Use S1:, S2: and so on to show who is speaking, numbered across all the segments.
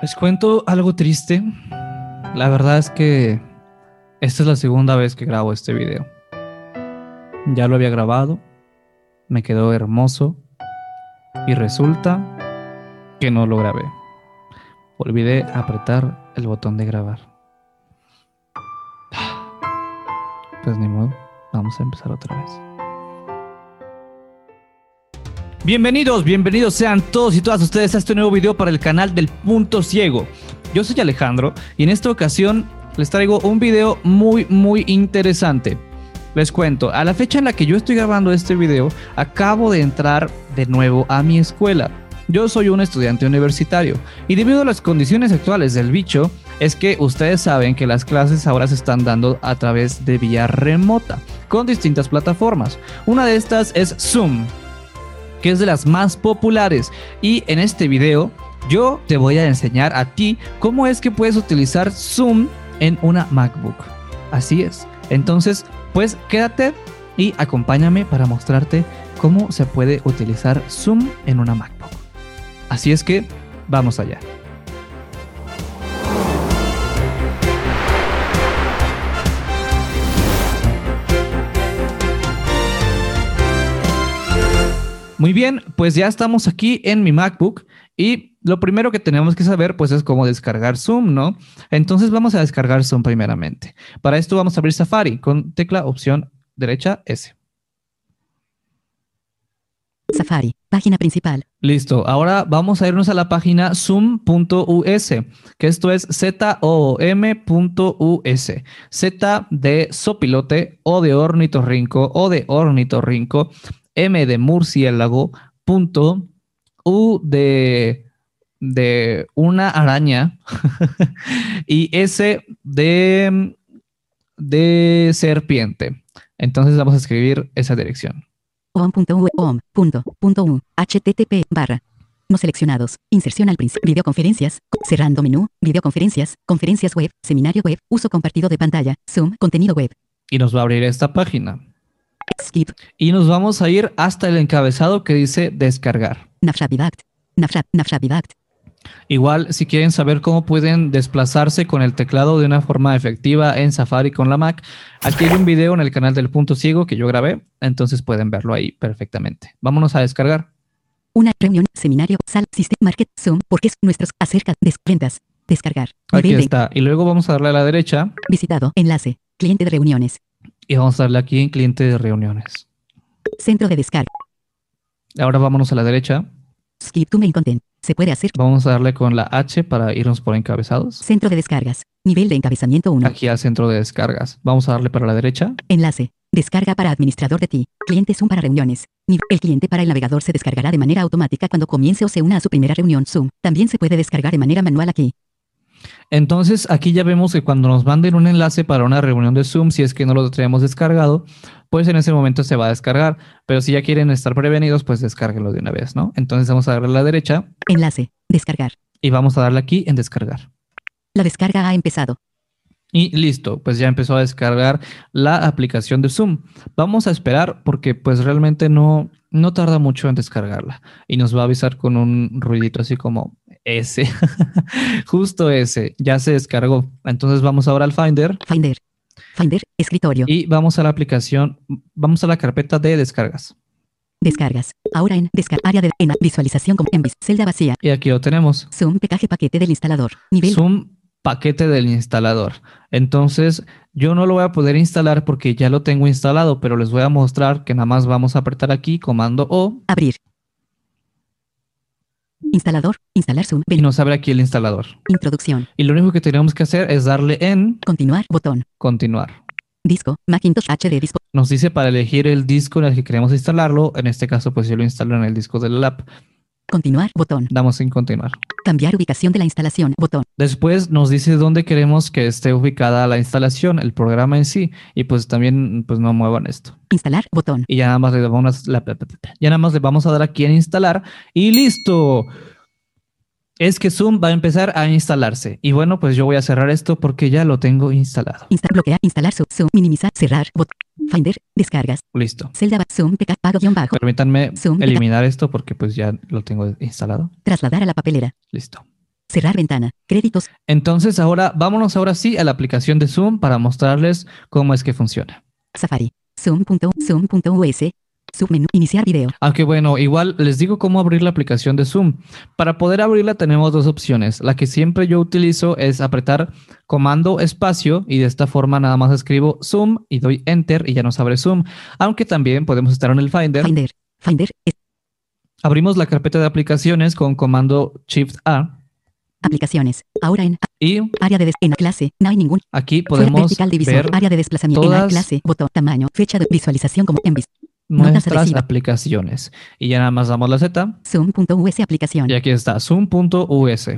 S1: Les cuento algo triste. La verdad es que esta es la segunda vez que grabo este video. Ya lo había grabado, me quedó hermoso y resulta que no lo grabé. Olvidé apretar el botón de grabar. Pues ni modo, vamos a empezar otra vez. Bienvenidos, bienvenidos sean todos y todas ustedes a este nuevo video para el canal del Punto Ciego. Yo soy Alejandro y en esta ocasión les traigo un video muy muy interesante. Les cuento, a la fecha en la que yo estoy grabando este video, acabo de entrar de nuevo a mi escuela. Yo soy un estudiante universitario y debido a las condiciones actuales del bicho, es que ustedes saben que las clases ahora se están dando a través de vía remota, con distintas plataformas. Una de estas es Zoom, que es de las más populares. Y en este video yo te voy a enseñar a ti cómo es que puedes utilizar Zoom en una MacBook. Así es. Entonces, pues quédate y acompáñame para mostrarte cómo se puede utilizar Zoom en una MacBook. Así es que, vamos allá. Muy bien, pues ya estamos aquí en mi MacBook y lo primero que tenemos que saber pues es cómo descargar Zoom, ¿no? Entonces vamos a descargar Zoom primeramente. Para esto vamos a abrir Safari con tecla opción derecha S.
S2: Safari, página principal.
S1: Listo, ahora vamos a irnos a la página zoom.us, que esto es zoom.us, z de sopilote, o de ornitorrinco, o de ornitorrinco, m de murciélago, punto, u de, de una araña, y s de, de serpiente. Entonces vamos a escribir esa dirección.
S2: om.uom.u. http barra. No seleccionados. Inserción al principio. Videoconferencias. co- Cerrando menú. Videoconferencias. Conferencias web. Seminario web. Uso compartido de pantalla. Zoom. Contenido web.
S1: y nos va a abrir esta página.
S2: Skip.
S1: Y nos vamos a ir hasta el encabezado que dice descargar.
S2: Navshabidact. Navshab. Navshabidact.
S1: Igual, si quieren saber cómo pueden desplazarse con el teclado de una forma efectiva en Safari con la Mac, aquí hay un video en el canal del punto ciego que yo grabé, entonces pueden verlo ahí perfectamente. Vámonos a descargar.
S2: Una reunión. Seminario. Sal. System. Market. Zoom. Porque es nuestros. Acerca. Desventas. Descargar.
S1: Aquí
S2: Nivel de-
S1: está. Y luego vamos a darle a la derecha
S2: Visitado. Enlace. Cliente de reuniones.
S1: y vamos a darle aquí en cliente de reuniones.
S2: Centro de descarga.
S1: Ahora vámonos a la derecha.
S2: Skip to main content. Se puede hacer.
S1: Vamos a darle con la H para irnos por encabezados.
S2: Centro de descargas. Nivel de encabezamiento 1.
S1: Aquí al centro de descargas. Vamos a darle para la derecha.
S2: Enlace. Descarga para administrador de ti. Cliente Zoom para reuniones. Ni- El cliente para el navegador se descargará de manera automática cuando comience o se una a su primera reunión Zoom. También se puede descargar de manera manual aquí.
S1: Entonces, aquí ya vemos que cuando nos manden un enlace para una reunión de Zoom, si es que no lo tenemos descargado, pues en ese momento se va a descargar. Pero si ya quieren estar prevenidos, pues descárguenlo de una vez, ¿no? Entonces vamos a darle a la derecha
S2: Enlace. Descargar.
S1: y vamos a darle aquí en descargar.
S2: La descarga ha empezado.
S1: Y listo, pues ya empezó a descargar la aplicación de Zoom. Vamos a esperar porque pues realmente no, no tarda mucho en descargarla. Y nos va a avisar con un ruidito así como ese. Justo ese, ya se descargó. Entonces vamos ahora al Finder.
S2: Finder. Finder. Escritorio.
S1: Y vamos a la aplicación, vamos a la carpeta de descargas.
S2: Descargas. Ahora en descarga. Área de en visualización como en vis- celda vacía.
S1: Y aquí lo tenemos.
S2: Zoom pecaje paquete del instalador. Nivel.
S1: Zoom paquete del instalador. Entonces, yo no lo voy a poder instalar porque ya lo tengo instalado, pero les voy a mostrar que nada más vamos a apretar aquí comando O
S2: Abrir. Instalador. Instalar Zoom.
S1: y
S2: Menú.
S1: nos abre aquí el instalador.
S2: Introducción.
S1: Y lo único que tenemos que hacer es darle en
S2: Continuar. Botón.
S1: continuar.
S2: Disco. Macintosh HD. Disco.
S1: Nos dice para elegir el disco en el que queremos instalarlo. En este caso, pues yo lo instalo en el disco de la app.
S2: Continuar. Botón.
S1: Damos en continuar.
S2: Cambiar ubicación de la instalación. Botón.
S1: Después nos dice dónde queremos que esté ubicada la instalación, el programa en sí, y pues también pues no muevan esto.
S2: Instalar. Botón.
S1: Y ya nada más le vamos a, la- ya nada más le vamos a dar aquí en instalar y listo. Es que Zoom va a empezar a instalarse. Y bueno, pues yo voy a cerrar esto porque ya lo tengo instalado.
S2: Insta bloquear. Instalar su Zoom. Minimizar. Cerrar. Botón. Finder. Descargas.
S1: Listo.
S2: Celda. ba- Zoom. PK. Pago guión bajo.
S1: Permítanme
S2: Zoom.
S1: eliminar esto porque pues ya lo tengo instalado.
S2: Trasladar a la papelera.
S1: Listo.
S2: Cerrar ventana. Créditos.
S1: Entonces ahora vámonos ahora sí a la aplicación de Zoom para mostrarles cómo es que funciona.
S2: Safari. Zoom.zoom.us. Submenú. Iniciar video.
S1: Aunque bueno, igual les digo cómo abrir la aplicación de Zoom. Para poder abrirla tenemos dos opciones. La que siempre yo utilizo es apretar comando espacio y de esta forma nada más escribo Zoom y doy enter y ya nos abre Zoom. Aunque también podemos estar en el Finder.
S2: Finder. Finder. es-
S1: Abrimos la carpeta de aplicaciones con comando Shift A
S2: Aplicaciones. Ahora en
S1: y
S2: área de des- en clase. No hay ningún.
S1: aquí
S2: Fuera
S1: podemos
S2: vertical divisor. Ah,
S1: ver
S2: área de desplazamiento. En
S1: todas-
S2: clase. Botón. Tamaño. Fecha de visualización como en vis- notas
S1: nuestras
S2: adhesivas.
S1: aplicaciones. Y ya nada más damos la Z
S2: Zoom.us aplicación.
S1: Y aquí está, zoom.us.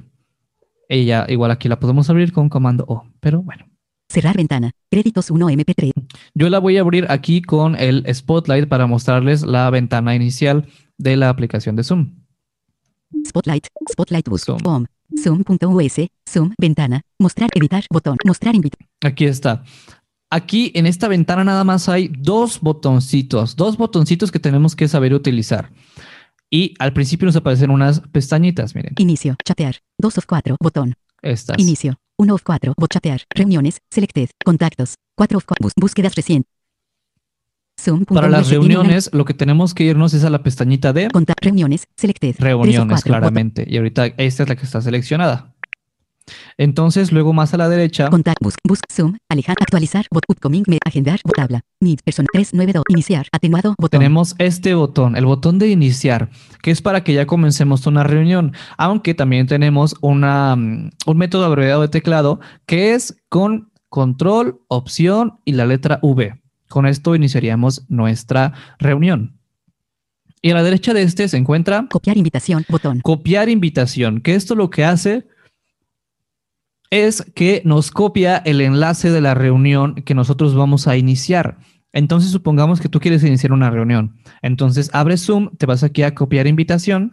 S1: Ella igual aquí la podemos abrir con comando O, pero bueno.
S2: Cerrar ventana. Créditos 1 MP3.
S1: Yo la voy a abrir aquí con el Spotlight para mostrarles la ventana inicial de la aplicación de Zoom.
S2: Spotlight. Spotlight Bus.
S1: Zoom.
S2: Home. Zoom.us. Zoom. Ventana. Mostrar. Editar. Botón. Mostrar. Invitar.
S1: Aquí está. Aquí en esta ventana nada más hay dos botoncitos, dos botoncitos que tenemos que saber utilizar. Y al principio nos aparecen unas pestañitas, miren,
S2: Inicio. Chatear. 2 of 4. Botón.
S1: estas.
S2: Inicio. 1 of 4. Bot chatear. Reuniones. Selected. Contactos. 4 of 4. búsquedas recientes. Zoom.
S1: Para las
S2: tiene una-
S1: reuniones, lo que tenemos que irnos es a la pestañita de
S2: Conta- reuniones. Selected. Tres of
S1: reuniones,
S2: cuatro, botón.
S1: claramente. Y ahorita esta es la que está seleccionada. Entonces, luego más a la derecha,
S2: Contact. Bus. Bus. Zoom. Alejar. Actualizar. Bot. Upcoming. Me. Agendar. Bot. Tabla. Need. Persona. 392. Iniciar. Atenuado. Botón.
S1: tenemos este botón, el botón de iniciar, que es para que ya comencemos una reunión. Aunque también tenemos una, mm, un método abreviado de teclado que es con control, opción y la letra V. Con esto iniciaríamos nuestra reunión. Y a la derecha de este se encuentra
S2: Copiar invitación. Botón.
S1: copiar invitación, que esto lo que hace es que nos copia el enlace de la reunión que nosotros vamos a iniciar. Entonces supongamos que tú quieres iniciar una reunión. Entonces abres Zoom, te vas aquí a copiar invitación,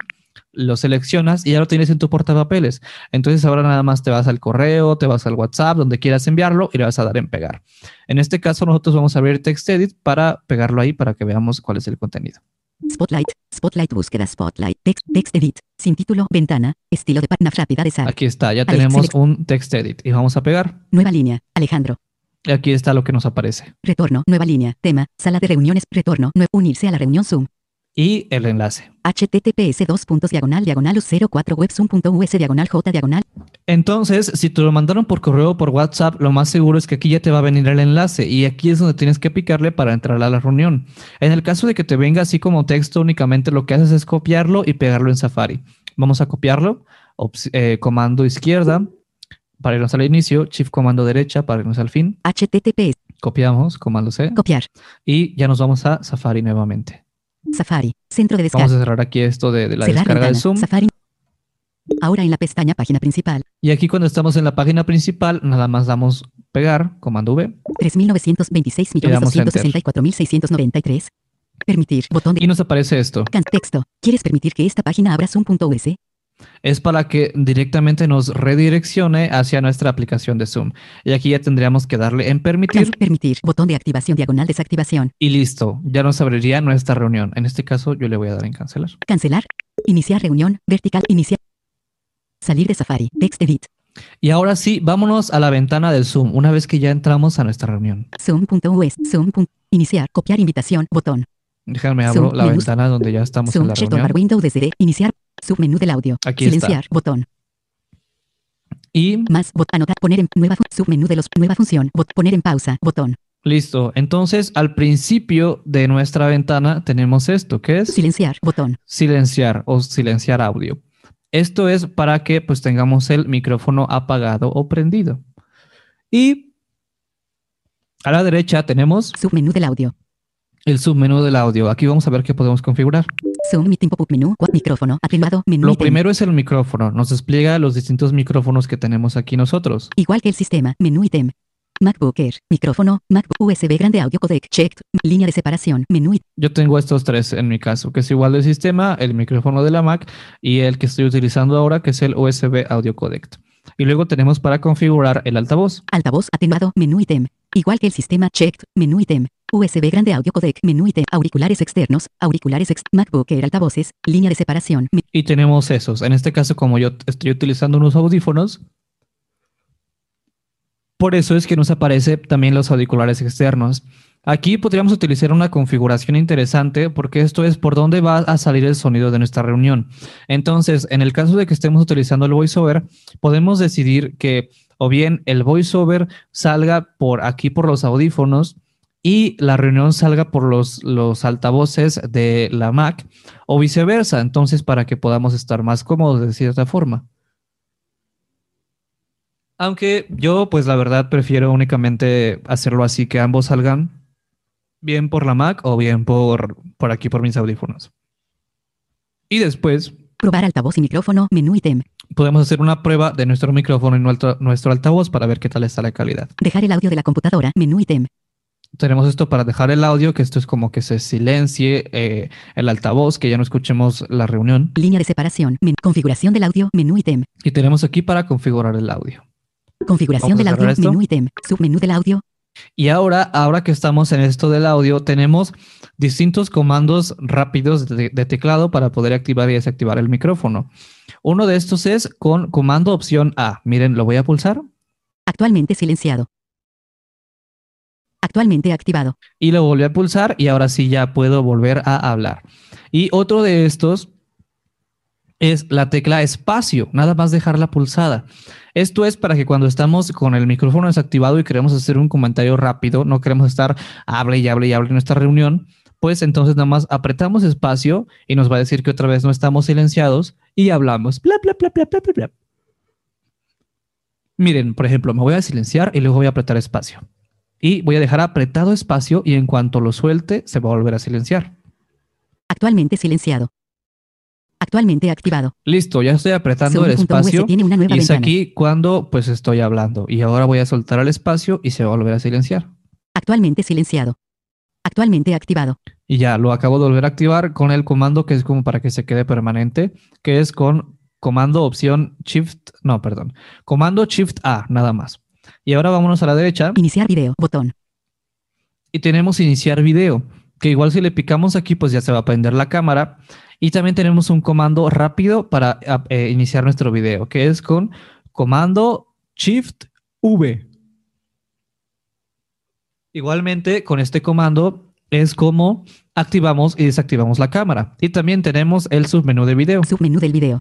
S1: lo seleccionas y ya lo tienes en tu portapapeles. Entonces ahora nada más te vas al correo, te vas al WhatsApp, donde quieras enviarlo y le vas a dar en pegar. En este caso nosotros vamos a abrir TextEdit para pegarlo ahí para que veamos cuál es el contenido.
S2: Spotlight. Spotlight. Búsqueda. Spotlight. Text. Text edit. Sin título. Ventana. Estilo de página. Rápida de sal.
S1: Aquí está, ya
S2: Alex,
S1: tenemos
S2: selec-
S1: un TextEdit y vamos a pegar.
S2: Nueva línea. Alejandro.
S1: Y aquí está lo que nos aparece.
S2: Retorno. Nueva línea. Tema. Sala de reuniones. Retorno. nue- unirse a la reunión Zoom.
S1: Y el enlace.
S2: https dos puntos diagonal diagonal 04 webzoom.us diagonal j diagonal
S1: Entonces, si te lo mandaron por correo o por WhatsApp, lo más seguro es que aquí ya te va a venir el enlace y aquí es donde tienes que picarle para entrar a la reunión. En el caso de que te venga así como texto, únicamente lo que haces es copiarlo y pegarlo en Safari. Vamos a copiarlo. Ops- eh, comando izquierda para irnos al inicio, Shift comando derecha para irnos al fin.
S2: https
S1: Copiamos, comando C
S2: copiar
S1: y ya nos vamos a Safari nuevamente.
S2: Safari centro de
S1: Vamos
S2: descarga
S1: a cerrar aquí esto de, de la
S2: cerrar
S1: descarga de
S2: ventana
S1: Zoom.
S2: Safari ahora en la pestaña página principal
S1: Y aquí cuando estamos en la página principal, nada más damos pegar, comando V,
S2: 3926
S1: Le damos enter.
S2: 264.693 permitir botón de
S1: y nos aparece esto.
S2: can- texto quieres permitir que esta página abra zoom.us
S1: Es para que directamente nos redireccione hacia nuestra aplicación de Zoom. Y aquí ya tendríamos que darle en
S2: Trans-
S1: permitir
S2: permitir botón de activación diagonal desactivación
S1: y listo. Ya nos abriría nuestra reunión. En este caso, yo le voy a dar en cancelar.
S2: cancelar iniciar reunión vertical iniciar salir de Safari text edit
S1: Y ahora sí, vámonos a la ventana del Zoom una vez que ya entramos a nuestra reunión.
S2: zoom.us zoom. punto- iniciar copiar invitación botón
S1: Déjame abro
S2: Zoom,
S1: la
S2: menús.
S1: ventana donde ya estamos en
S2: Zoom,
S1: la
S2: retomar
S1: reunión.
S2: window desde D, iniciar, submenú del audio,
S1: Aquí
S2: silenciar, botón,
S1: Y
S2: más, bot, anotar, poner en nueva, fun- submenú de los, nueva función, bot, poner en pausa, botón,
S1: listo. Entonces, al principio de nuestra ventana tenemos esto, que es
S2: silenciar, botón,
S1: silenciar o silenciar audio. Esto es para que pues tengamos el micrófono apagado o prendido. Y a la derecha tenemos
S2: submenú del audio,
S1: el submenú del audio. Aquí vamos a ver qué podemos configurar.
S2: Zoom, meeting, pop-up menú, cua- micrófono, atenuado, menú,
S1: Lo
S2: ítem.
S1: primero es el micrófono. Nos despliega los distintos micrófonos que tenemos aquí nosotros.
S2: igual que el sistema, menú ítem. MacBook Air, micrófono, MacBook USB grande audio codec, checked, línea de separación, menú ítem.
S1: Yo tengo estos tres en mi caso, que es igual del sistema, el micrófono de la Mac y el que estoy utilizando ahora, que es el USB Audio Codec. Y luego tenemos para configurar el altavoz.
S2: altavoz, atenuado, menú ítem. Igual que el sistema, checked, menú ítem. USB grande audio codec, menú IT, auriculares externos, auriculares ex, MacBook Air altavoces, línea de separación. me-
S1: Y tenemos esos. En este caso, como yo t- estoy utilizando unos audífonos, por eso es que nos aparece también los auriculares externos. Aquí podríamos utilizar una configuración interesante porque esto es por dónde va a salir el sonido de nuestra reunión. Entonces, en el caso de que estemos utilizando el voiceover, podemos decidir que o bien el voiceover salga por aquí por los audífonos y la reunión salga por los, los altavoces de la Mac o viceversa, entonces para que podamos estar más cómodos de cierta forma. Aunque yo, pues la verdad, prefiero únicamente hacerlo así que ambos salgan bien por la Mac o bien por, por aquí por mis audífonos. Y después
S2: Probar altavoz y micrófono, menú ítem.
S1: podemos hacer una prueba de nuestro micrófono y nuestro, nuestro altavoz para ver qué tal está la calidad.
S2: Dejar el audio de la computadora, menú ítem.
S1: Tenemos esto para dejar el audio, que esto es como que se silencie eh, el altavoz, que ya no escuchemos la reunión.
S2: Línea de separación, men- configuración del audio, menú ítem.
S1: Y tenemos aquí para configurar el audio.
S2: Configuración
S1: Vamos a
S2: del audio,
S1: cerrar esto.
S2: menú ítem. Submenú del audio,
S1: Y ahora, ahora que estamos en esto del audio, tenemos distintos comandos rápidos de, de teclado para poder activar y desactivar el micrófono. Uno de estos es con comando opción A. Miren, lo voy a pulsar
S2: actualmente silenciado. Actualmente activado.
S1: y lo volví a pulsar y ahora sí ya puedo volver a hablar. Y otro de estos es la tecla espacio, nada más dejarla pulsada. Esto es para que cuando estamos con el micrófono desactivado y queremos hacer un comentario rápido, no queremos estar hable y hable y hable en nuestra reunión, pues entonces nada más apretamos espacio y nos va a decir que otra vez no estamos silenciados y hablamos. Bla, bla, bla, bla, bla, bla, bla. Miren, por ejemplo, me voy a silenciar y luego voy a apretar espacio. Y voy a dejar apretado espacio y en cuanto lo suelte se va a volver a silenciar.
S2: Actualmente silenciado. Actualmente activado.
S1: Listo, ya estoy apretando el
S2: Según punto US
S1: espacio
S2: tiene una nueva
S1: y es
S2: ventana.
S1: aquí cuando pues estoy hablando. Y ahora voy a soltar el espacio y se va a volver a silenciar.
S2: Actualmente silenciado. Actualmente activado.
S1: Y ya lo acabo de volver a activar con el comando que es como para que se quede permanente, que es con comando opción shift, no, perdón, comando shift A, nada más. Y ahora vámonos a la derecha
S2: Iniciar video, botón.
S1: y tenemos iniciar video, que igual si le picamos aquí, pues ya se va a prender la cámara. Y también tenemos un comando rápido para ah, eh, iniciar nuestro video, que es con comando Shift V. Igualmente, con este comando es como activamos y desactivamos la cámara. Y también tenemos el submenú de video.
S2: Submenú del video.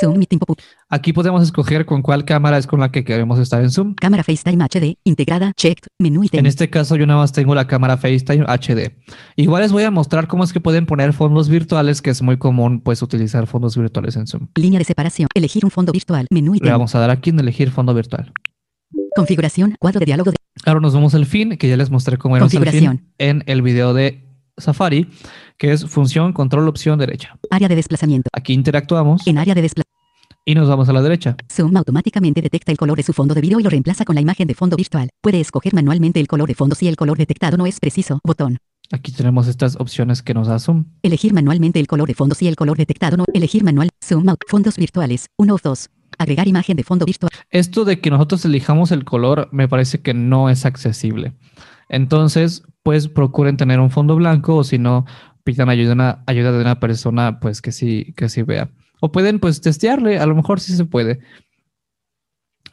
S2: Zoom Meeting Pop-up.
S1: Aquí podemos escoger con cuál cámara es con la que queremos estar en Zoom.
S2: Cámara FaceTime HD. Integrada. Checked. Menú ítem.
S1: En este caso yo nada más tengo la cámara FaceTime HD. Igual les voy a mostrar cómo es que pueden poner fondos virtuales, que es muy común pues utilizar fondos virtuales en Zoom.
S2: Línea de separación. Elegir un fondo virtual. Menú
S1: Le
S2: ítem.
S1: vamos a dar aquí en elegir fondo virtual.
S2: Configuración. Cuadro de diálogo. de-
S1: Ahora nos vamos al fin, que ya les mostré cómo era el fin
S2: Configuración.
S1: en el video de Safari, que es función control opción derecha.
S2: Área de desplazamiento.
S1: Aquí interactuamos
S2: En área de desplazamiento.
S1: y nos vamos a la derecha.
S2: Zoom automáticamente detecta el color de su fondo de video y lo reemplaza con la imagen de fondo virtual. Puede escoger manualmente el color de fondo si el color detectado no es preciso. Botón.
S1: Aquí tenemos estas opciones que nos da Zoom.
S2: Elegir manualmente el color de fondo si el color detectado no. Elegir manual. Zoom out. Fondos virtuales. 1 o 2. Agregar imagen de fondo virtual.
S1: Esto de que nosotros elijamos el color me parece que no es accesible. Entonces, pues procuren tener un fondo blanco o si no, pidan ayuda, una- ayuda de una persona pues que sí, que sí vea. O pueden pues testearle, a lo mejor sí se puede.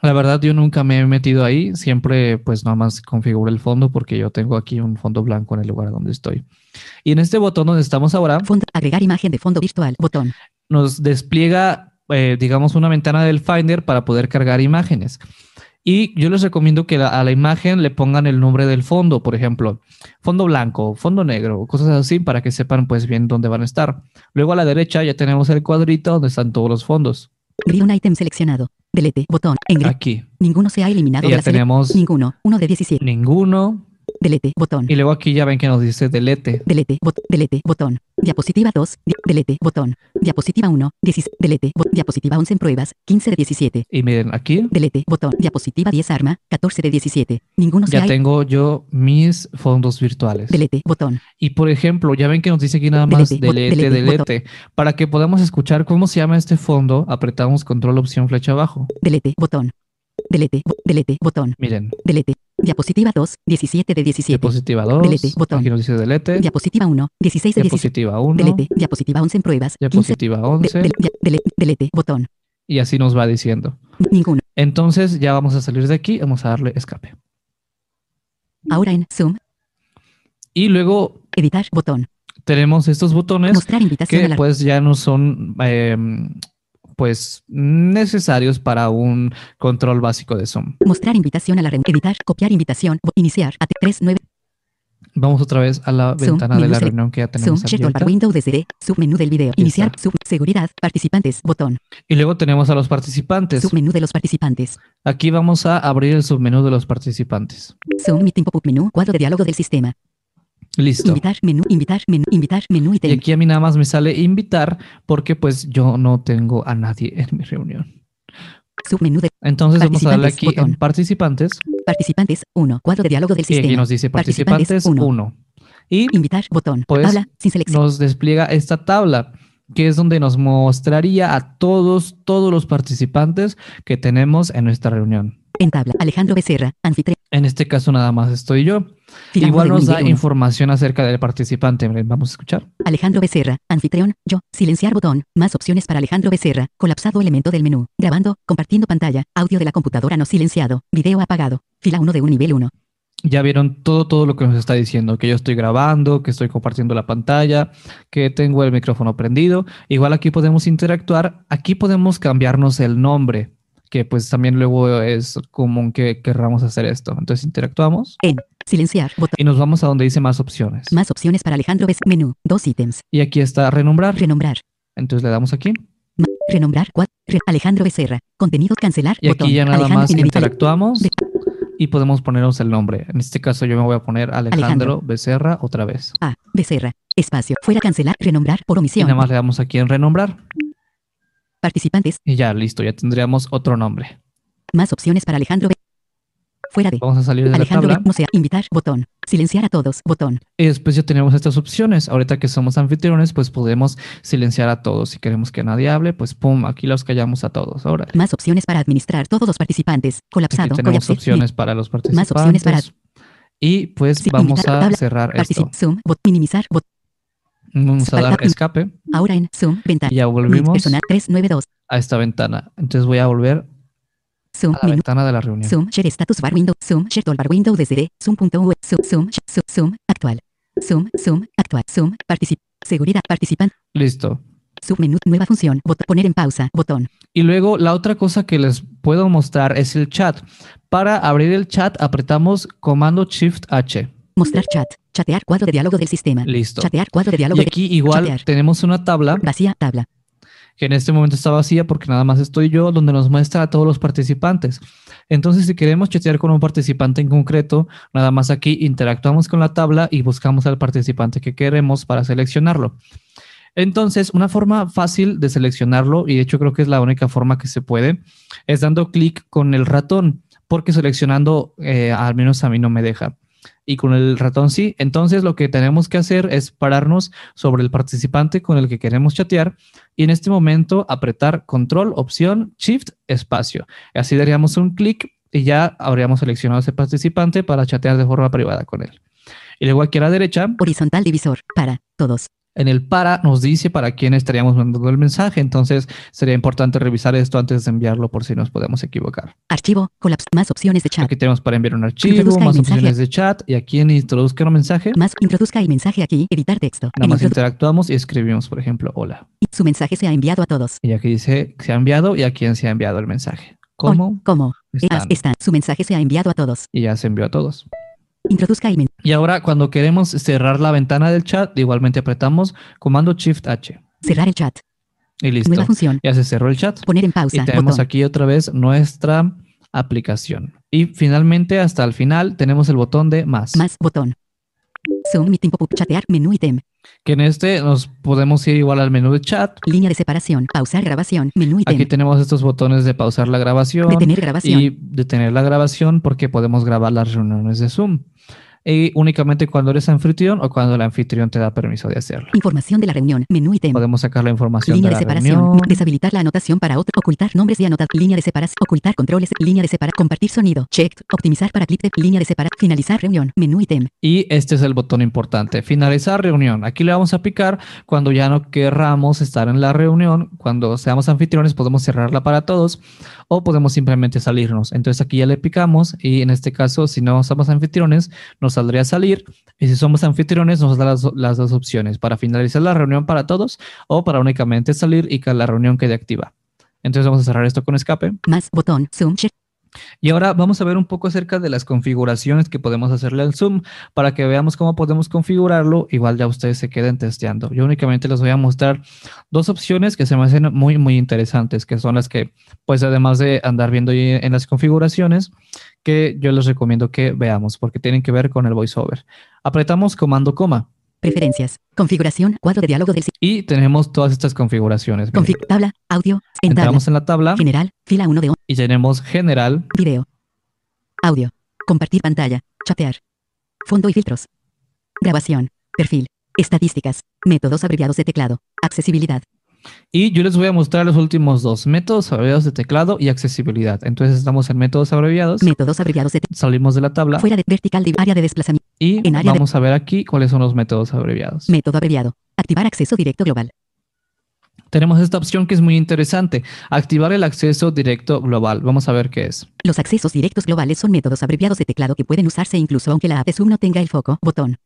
S1: La verdad, yo nunca me he metido ahí, siempre pues nada más configuro el fondo porque yo tengo aquí un fondo blanco en el lugar donde estoy. Y en este botón donde estamos ahora,
S2: Fondo. Agregar imagen de fondo virtual. Botón.
S1: nos despliega, eh, digamos, una ventana del Finder para poder cargar imágenes. Y yo les recomiendo que la- a la imagen le pongan el nombre del fondo, por ejemplo, fondo blanco, fondo negro, cosas así para que sepan pues bien dónde van a estar. Luego a la derecha ya tenemos el cuadrito donde están todos los fondos.
S2: Grill un item seleccionado. Delete. Botón. Engre.
S1: Aquí.
S2: Ninguno se ha eliminado
S1: Y
S2: de
S1: ya
S2: la selección.
S1: tenemos
S2: Ninguno. 1 de 17.
S1: ninguno.
S2: Delete. Botón.
S1: Y luego aquí ya ven que nos dice delete.
S2: Delete, bot, delete, botón. Diapositiva 2, di- delete, botón. Diapositiva 1, 10, delete, bot, diapositiva 11 en pruebas, 15 de 17.
S1: Y miren, aquí
S2: Delete, botón. Diapositiva 10 arma, 14 de 17. Ninguno se
S1: ya
S2: ha...
S1: tengo yo mis fondos virtuales.
S2: Delete, botón.
S1: Y por ejemplo, ya ven que nos dice aquí nada más E
S2: Delete, bot-
S1: delete,
S2: delete, botón.
S1: delete. Para que podamos escuchar cómo se llama este fondo, apretamos control opción flecha abajo.
S2: Delete, botón. Delete, bo- delete, botón.
S1: Miren,
S2: Delete. Diapositiva 2, 17 de 17.
S1: Diapositiva 2.
S2: Delete, botón.
S1: Aquí nos dice delete.
S2: Diapositiva 1, 16 de 17.
S1: Diapositiva 1.
S2: Delete. Diapositiva 11 en pruebas. 15.
S1: Diapositiva
S2: De-
S1: 11.
S2: del- dia- dele- delete. Botón.
S1: Y así nos va diciendo.
S2: Ninguno.
S1: Entonces ya vamos a salir de aquí. Vamos a darle escape.
S2: Ahora en Zoom.
S1: Y luego
S2: Editar. Botón.
S1: tenemos estos botones
S2: Mostrar invitación
S1: que
S2: a la
S1: pues ya no son eh, pues necesarios para un control básico de Zoom.
S2: Mostrar invitación a la reunión. Editar. Copiar invitación. bo- Iniciar. A 39.
S1: Vamos otra vez a la
S2: Zoom,
S1: ventana de la
S2: minúscula.
S1: reunión que ya
S2: Zoom.
S1: tenemos
S2: Share
S1: abierta.
S2: para Windows desde D. Submenú del video.
S1: Aquí
S2: Iniciar.
S1: está.
S2: Sub. Seguridad. Participantes. Botón.
S1: Y luego tenemos a los participantes.
S2: Submenú de los participantes.
S1: Aquí vamos a abrir el submenú de los participantes.
S2: Zoom. Meeting pop-up menú. Cuadro de diálogo del sistema.
S1: Listo.
S2: Invitar. Menú. Invitar. Menú. Invitar. Menú.
S1: Y
S2: Ítem.
S1: aquí a mí nada más me sale invitar porque pues yo no tengo a nadie en mi reunión.
S2: Submenú de
S1: Entonces vamos a darle aquí
S2: Participantes,
S1: en participantes
S2: participantes. 1. Cuadro de diálogo del
S1: y aquí
S2: sistema.
S1: nos dice
S2: Participantes,
S1: participantes
S2: uno.
S1: 1. Y
S2: Invitar. Botón.
S1: Pues,
S2: Habla. Sin selección.
S1: nos despliega esta tabla, que es donde nos mostraría a todos, todos los participantes que tenemos en nuestra reunión.
S2: En tabla. Alejandro Becerra. Anfitrión.
S1: En este caso nada más estoy yo.
S2: Filambo
S1: Igual
S2: de
S1: nos
S2: Unide
S1: da
S2: uno.
S1: información acerca del participante. Miren, Vamos a escuchar.
S2: Alejandro Becerra, anfitrión, yo, silenciar botón, más opciones para Alejandro Becerra, colapsado elemento del menú, grabando, compartiendo pantalla, audio de la computadora no silenciado, video apagado, fila 1 de un nivel 1,
S1: Ya vieron todo, todo lo que nos está diciendo, que yo estoy grabando, que estoy compartiendo la pantalla, que tengo el micrófono prendido. Igual aquí podemos interactuar, aquí podemos cambiarnos el nombre, que pues también luego es común que querramos hacer esto. Entonces interactuamos
S2: silenciar botón,
S1: y nos vamos a donde dice más opciones.
S2: más opciones para Alejandro Becerra, menú, dos ítems,
S1: Y aquí está renombrar.
S2: renombrar,
S1: Entonces le damos aquí.
S2: ma- renombrar, cua- re- Alejandro Becerra, contenidos cancelar,
S1: Y
S2: botón,
S1: aquí ya nada
S2: Alejandro
S1: más
S2: inevitable,
S1: interactuamos y podemos ponernos el nombre. En este caso yo me voy a poner Alejandro,
S2: Alejandro.
S1: Becerra otra vez.
S2: A, Becerra, espacio, fuera cancelar, renombrar,
S1: Y
S2: por omisión,
S1: nada más le damos aquí en renombrar
S2: participantes,
S1: y ya listo, ya tendríamos otro nombre.
S2: más opciones para Alejandro Becerra, fuera de,
S1: Vamos a salir de
S2: Alejandro
S1: la tabla
S2: Becerra, no sea, invitar, botón, silenciar a todos, botón,
S1: y después ya tenemos estas opciones. Ahorita que somos anfitriones, pues podemos silenciar a todos. Si queremos que nadie hable, pues pum, aquí los callamos a todos. Ahora
S2: Más opciones para administrar todos los participantes.
S1: aquí
S2: Colapsado.
S1: tenemos
S2: Collapse.
S1: opciones para los
S2: Más
S1: participantes.
S2: opciones para-
S1: Y pues
S2: Sí,
S1: vamos
S2: invitar,
S1: a
S2: tabla,
S1: cerrar esto.
S2: Particip- Zoom. Bot. Minimizar. Bot.
S1: Vamos a
S2: Falta-
S1: dar escape
S2: Ahora en Zoom.
S1: y
S2: Ventana.
S1: ya volvimos.
S2: Personal 392.
S1: a esta ventana. Entonces voy a volver
S2: Zoom.
S1: a la
S2: menú.
S1: ventana de la reunión.
S2: Zoom. Share status bar window. Zoom. Share toolbar window desde D. Zoom.ue. Zoom. Zoom. Zoom. Zoom. Actual. Zoom. Zoom. Actual. Zoom. Particip. Seguridad. Participante.
S1: Listo.
S2: Submenú. Nueva función. Bot. Poner en pausa. Botón.
S1: Y luego la otra cosa que les puedo mostrar es el chat. Para abrir el chat apretamos comando Shift H.
S2: Mostrar chat. Chatear cuadro de diálogo del sistema.
S1: Listo.
S2: Chatear cuadro de diálogo
S1: Y
S2: de...
S1: aquí igual
S2: chatear.
S1: tenemos una tabla
S2: Vacía. Tabla.
S1: que en este momento está vacía porque nada más estoy yo, donde nos muestra a todos los participantes. Entonces, si queremos chatear con un participante en concreto, nada más aquí interactuamos con la tabla y buscamos al participante que queremos para seleccionarlo. Entonces, una forma fácil de seleccionarlo, y de hecho creo que es la única forma que se puede, es dando clic con el ratón, porque seleccionando eh, al menos a mí no me deja. Y con el ratón sí. Entonces, lo que tenemos que hacer es pararnos sobre el participante con el que queremos chatear y en este momento apretar control, opción, shift, espacio. Así daríamos un clic y ya habríamos seleccionado ese participante para chatear de forma privada con él. Y luego aquí a la derecha,
S2: Horizontal divisor. Para. Todos.
S1: en el para nos dice para quién estaríamos mandando el mensaje, entonces sería importante revisar esto antes de enviarlo por si nos podemos equivocar.
S2: Archivo. Colapso. Más opciones de chat.
S1: Aquí tenemos para enviar un archivo,
S2: Introduzca el
S1: más
S2: mensaje.
S1: opciones de chat y aquí en introduzca un mensaje,
S2: Más introduzca el mensaje aquí, editar texto.
S1: nada
S2: En
S1: más
S2: introdu-
S1: interactuamos y escribimos, por ejemplo, hola.
S2: su mensaje se ha enviado a todos.
S1: Y aquí dice se ha enviado y a quién se ha enviado el mensaje. ¿Cómo?
S2: ¿Cómo?
S1: Están.
S2: Está. Su mensaje se ha enviado a todos.
S1: Y ya se envió a todos.
S2: Introduzca el mensaje.
S1: Y ahora cuando queremos cerrar la ventana del chat, igualmente apretamos comando Shift H.
S2: Cerrar el chat.
S1: Y listo.
S2: Nueva función.
S1: Ya se cerró el chat.
S2: Poner en pausa.
S1: Y tenemos
S2: Botón.
S1: aquí otra vez nuestra aplicación. Y finalmente, hasta el final, tenemos el botón de más.
S2: Más botón. Zoom meeting pop-up chatear menú ítem.
S1: Que en este nos podemos ir igual al menú de chat.
S2: Línea de separación. Pausar grabación. Menú
S1: Aquí
S2: ítem.
S1: tenemos estos botones de pausar la grabación
S2: Detener grabación.
S1: y detener la grabación porque podemos grabar las reuniones de Zoom. y únicamente cuando eres anfitrión o cuando el anfitrión te da permiso de hacerlo.
S2: Información de la reunión, menú ítem.
S1: Podemos sacar la información
S2: Línea
S1: de
S2: de
S1: la
S2: separación.
S1: reunión.
S2: Deshabilitar la anotación para otro. Ocultar nombres y anotar. Línea de separación. Ocultar controles. Línea de separación. Compartir sonido. Checked. Optimizar para clip de. Línea de separación. Finalizar reunión. Menú ítem.
S1: Y este es el botón importante, finalizar reunión. Aquí le vamos a picar cuando ya no querramos estar en la reunión. Cuando seamos anfitriones podemos cerrarla para todos o podemos simplemente salirnos. Entonces aquí ya le picamos y en este caso si no somos anfitriones nos saldría salir y si somos anfitriones nos da las, las dos opciones para finalizar la reunión para todos o para únicamente salir y que la reunión quede activa. Entonces vamos a cerrar esto con escape.
S2: Más botón. Zoom. Check.
S1: Y ahora vamos a ver un poco acerca de las configuraciones que podemos hacerle al Zoom para que veamos cómo podemos configurarlo. Igual ya ustedes se queden testeando. Yo únicamente les voy a mostrar dos opciones que se me hacen muy, muy interesantes, que son las que, pues además de andar viendo ahí en las configuraciones, que yo les recomiendo que veamos porque tienen que ver con el voiceover. Apretamos comando coma
S2: Preferencias. Configuración. Cuadro de diálogo del sitio.
S1: y tenemos todas estas configuraciones. Miren,
S2: Config. Tabla. Audio. En tabla.
S1: Entramos en la tabla
S2: General. Fila 1 de on-
S1: y tenemos general,
S2: Video. Audio. Compartir pantalla. Chatear. Fondo y filtros. Grabación. Perfil. Estadísticas. Métodos abreviados de teclado. Accesibilidad.
S1: Y yo les voy a mostrar los últimos dos, métodos abreviados de teclado y accesibilidad. Entonces estamos en métodos abreviados,
S2: Métodos abreviados de teclado.
S1: salimos de la tabla
S2: Fuera de vertical de área de desplazamiento.
S1: y
S2: en área de-
S1: vamos a ver aquí cuáles son los métodos abreviados.
S2: Método abreviado. Activar acceso directo global.
S1: Tenemos esta opción que es muy interesante, activar el acceso directo global. Vamos a ver qué es.
S2: Los accesos directos globales son métodos abreviados de teclado que pueden usarse incluso aunque la app de Zoom no tenga el foco botón.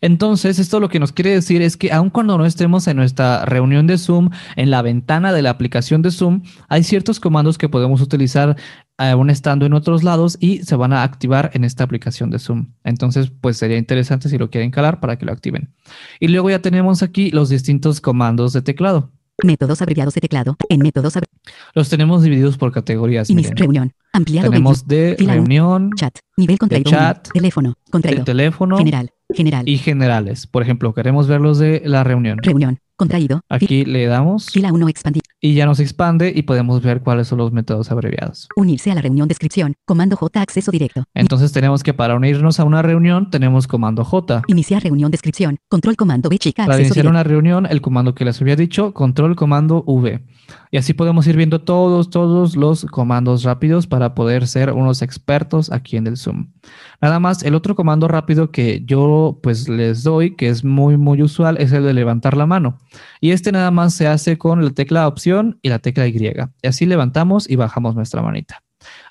S1: Entonces, esto lo que nos quiere decir es que aun cuando no estemos en nuestra reunión de Zoom, en la ventana de la aplicación de Zoom, hay ciertos comandos que podemos utilizar eh, aún estando en otros lados y se van a activar en esta aplicación de Zoom. Entonces, pues sería interesante si lo quieren calar para que lo activen. Y luego ya tenemos aquí los distintos comandos de teclado.
S2: Métodos abreviados de teclado. En métodos abreviados.
S1: Los tenemos divididos por categorías.
S2: Inicio
S1: miren.
S2: reunión. Ampliado
S1: Pues Tenemos de
S2: fila uno,
S1: reunión,
S2: menú. Chat. Nivel contraído.
S1: de
S2: uno.
S1: chat,
S2: Teléfono.
S1: de
S2: Contraído.
S1: teléfono
S2: General. General.
S1: y generales. Por ejemplo, queremos ver los de la reunión.
S2: Reunión. Contraído. Fi-
S1: Aquí le damos.
S2: Fila 1 expandir.
S1: y ya nos expande y podemos ver cuáles son los métodos abreviados.
S2: Unirse a la reunión. Descripción. Comando J. Acceso directo.
S1: Entonces tenemos que para unirnos a una reunión tenemos comando J.
S2: Iniciar reunión. Descripción. Control comando B. Chica.
S1: Para
S2: Acceso
S1: iniciar
S2: directo.
S1: una reunión, el comando que les había dicho, control comando V. Y así podemos ir viendo todos, todos los comandos rápidos para poder ser unos expertos aquí en el Zoom. Nada más, el otro comando rápido que yo pues les doy, que es muy, muy usual, es el de levantar la mano. Y este nada más se hace con la tecla opción y la tecla Y. Y así levantamos y bajamos nuestra manita.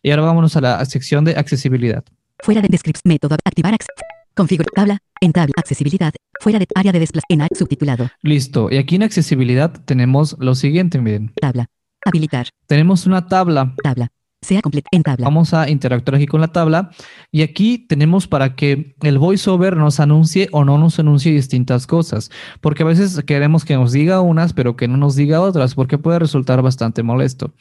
S1: Y ahora vámonos a la sección de accesibilidad.
S2: Fuera de descripción. Método. Activar acceso. Configurar tabla. En tabla. Accesibilidad. Fuera de área de desplazamiento. En área subtitulado.
S1: Listo. Y aquí en accesibilidad tenemos lo siguiente, miren.
S2: Tabla. Habilitar.
S1: Tenemos una tabla
S2: Tabla. Sea completa. En tabla.
S1: Vamos a interactuar aquí con la tabla y aquí tenemos para que el voiceover nos anuncie o no nos anuncie distintas cosas, porque a veces queremos que nos diga unas pero que no nos diga otras, porque puede resultar bastante molesto.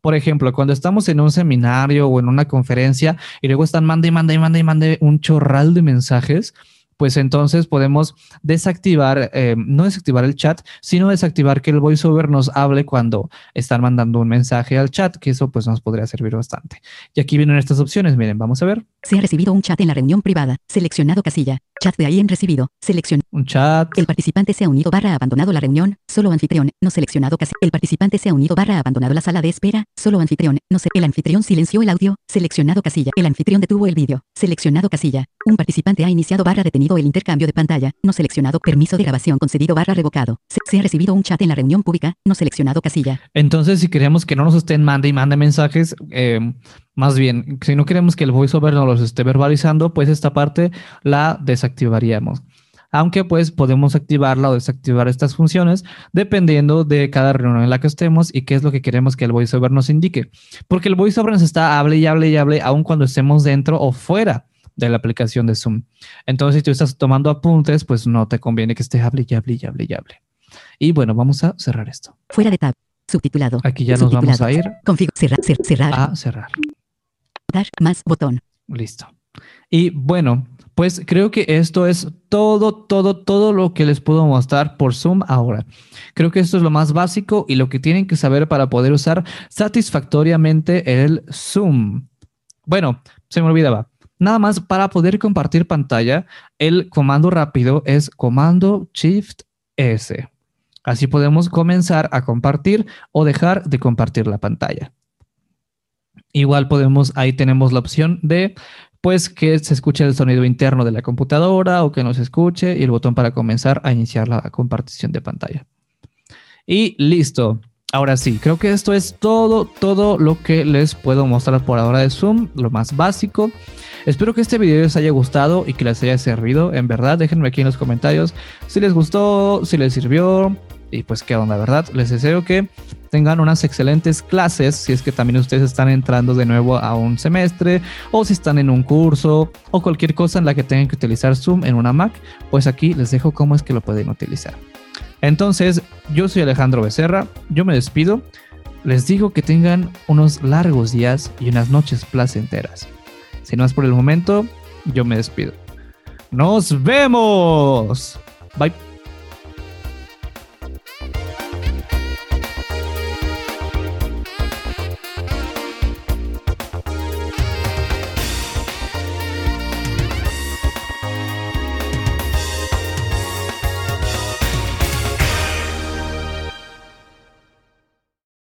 S1: Por ejemplo, cuando estamos en un seminario o en una conferencia y luego están mande y mande y mande y mande un chorral de mensajes, pues entonces podemos desactivar, eh, no desactivar el chat, sino desactivar que el voiceover nos hable cuando están mandando un mensaje al chat, que eso pues nos podría servir bastante. Y aquí vienen estas opciones, miren, vamos a ver,
S2: Se ha recibido un chat en la reunión privada. Seleccionado casilla. Chat de ahí en recibido. Selección.
S1: un chat,
S2: El participante se ha unido barra abandonado la reunión. Solo anfitrión. No seleccionado casilla. El participante se ha unido barra abandonado la sala de espera. Solo anfitrión. No sé. El anfitrión silenció el audio. Seleccionado casilla. El anfitrión detuvo el vídeo. Seleccionado casilla. Un participante ha iniciado barra detenido el intercambio de pantalla. No seleccionado. Permiso de grabación concedido barra revocado. Se, se ha recibido un chat en la reunión pública. No seleccionado casilla.
S1: Entonces, si queremos que no nos estén mande y mande mensajes, eh, más bien, si no queremos que el voiceover nos los esté verbalizando, pues esta parte la desactivaríamos. Aunque pues podemos activarla o desactivar estas funciones dependiendo de cada reunión en la que estemos y qué es lo que queremos que el voiceover nos indique. Porque el voiceover nos está hable y hable y hable aun cuando estemos dentro o fuera de la aplicación de Zoom. Entonces, si tú estás tomando apuntes, pues no te conviene que esté hable y hable y hable y hable. Y bueno, vamos a cerrar esto.
S2: Fuera de tab. Subtitulado.
S1: Aquí ya nos vamos a ir
S2: Config. Cerrar. cer- cerrar.
S1: a cerrar.
S2: Dar. Más. Botón.
S1: Listo. Y bueno, pues creo que esto es todo, todo, todo lo que les puedo mostrar por Zoom ahora. Creo que esto es lo más básico y lo que tienen que saber para poder usar satisfactoriamente el Zoom. Bueno, se me olvidaba. Nada más para poder compartir pantalla, el comando rápido es comando Shift S. Así podemos comenzar a compartir o dejar de compartir la pantalla. Igual podemos, ahí tenemos la opción de, pues, que se escuche el sonido interno de la computadora o que no se escuche y el botón para comenzar a iniciar la compartición de pantalla. Y listo. Ahora sí, creo que esto es todo, todo lo que les puedo mostrar por ahora de Zoom, lo más básico. Espero que este video les haya gustado y que les haya servido. En verdad, déjenme aquí en los comentarios si les gustó, si les sirvió y pues qué onda, ¿verdad? Les deseo que tengan unas excelentes clases si es que también ustedes están entrando de nuevo a un semestre o si están en un curso o cualquier cosa en la que tengan que utilizar Zoom en una Mac, pues aquí les dejo cómo es que lo pueden utilizar. Entonces, yo soy Alejandro Becerra, yo me despido, les digo que tengan unos largos días y unas noches placenteras. Si no es por el momento, yo me despido. Nos vemos. Bye.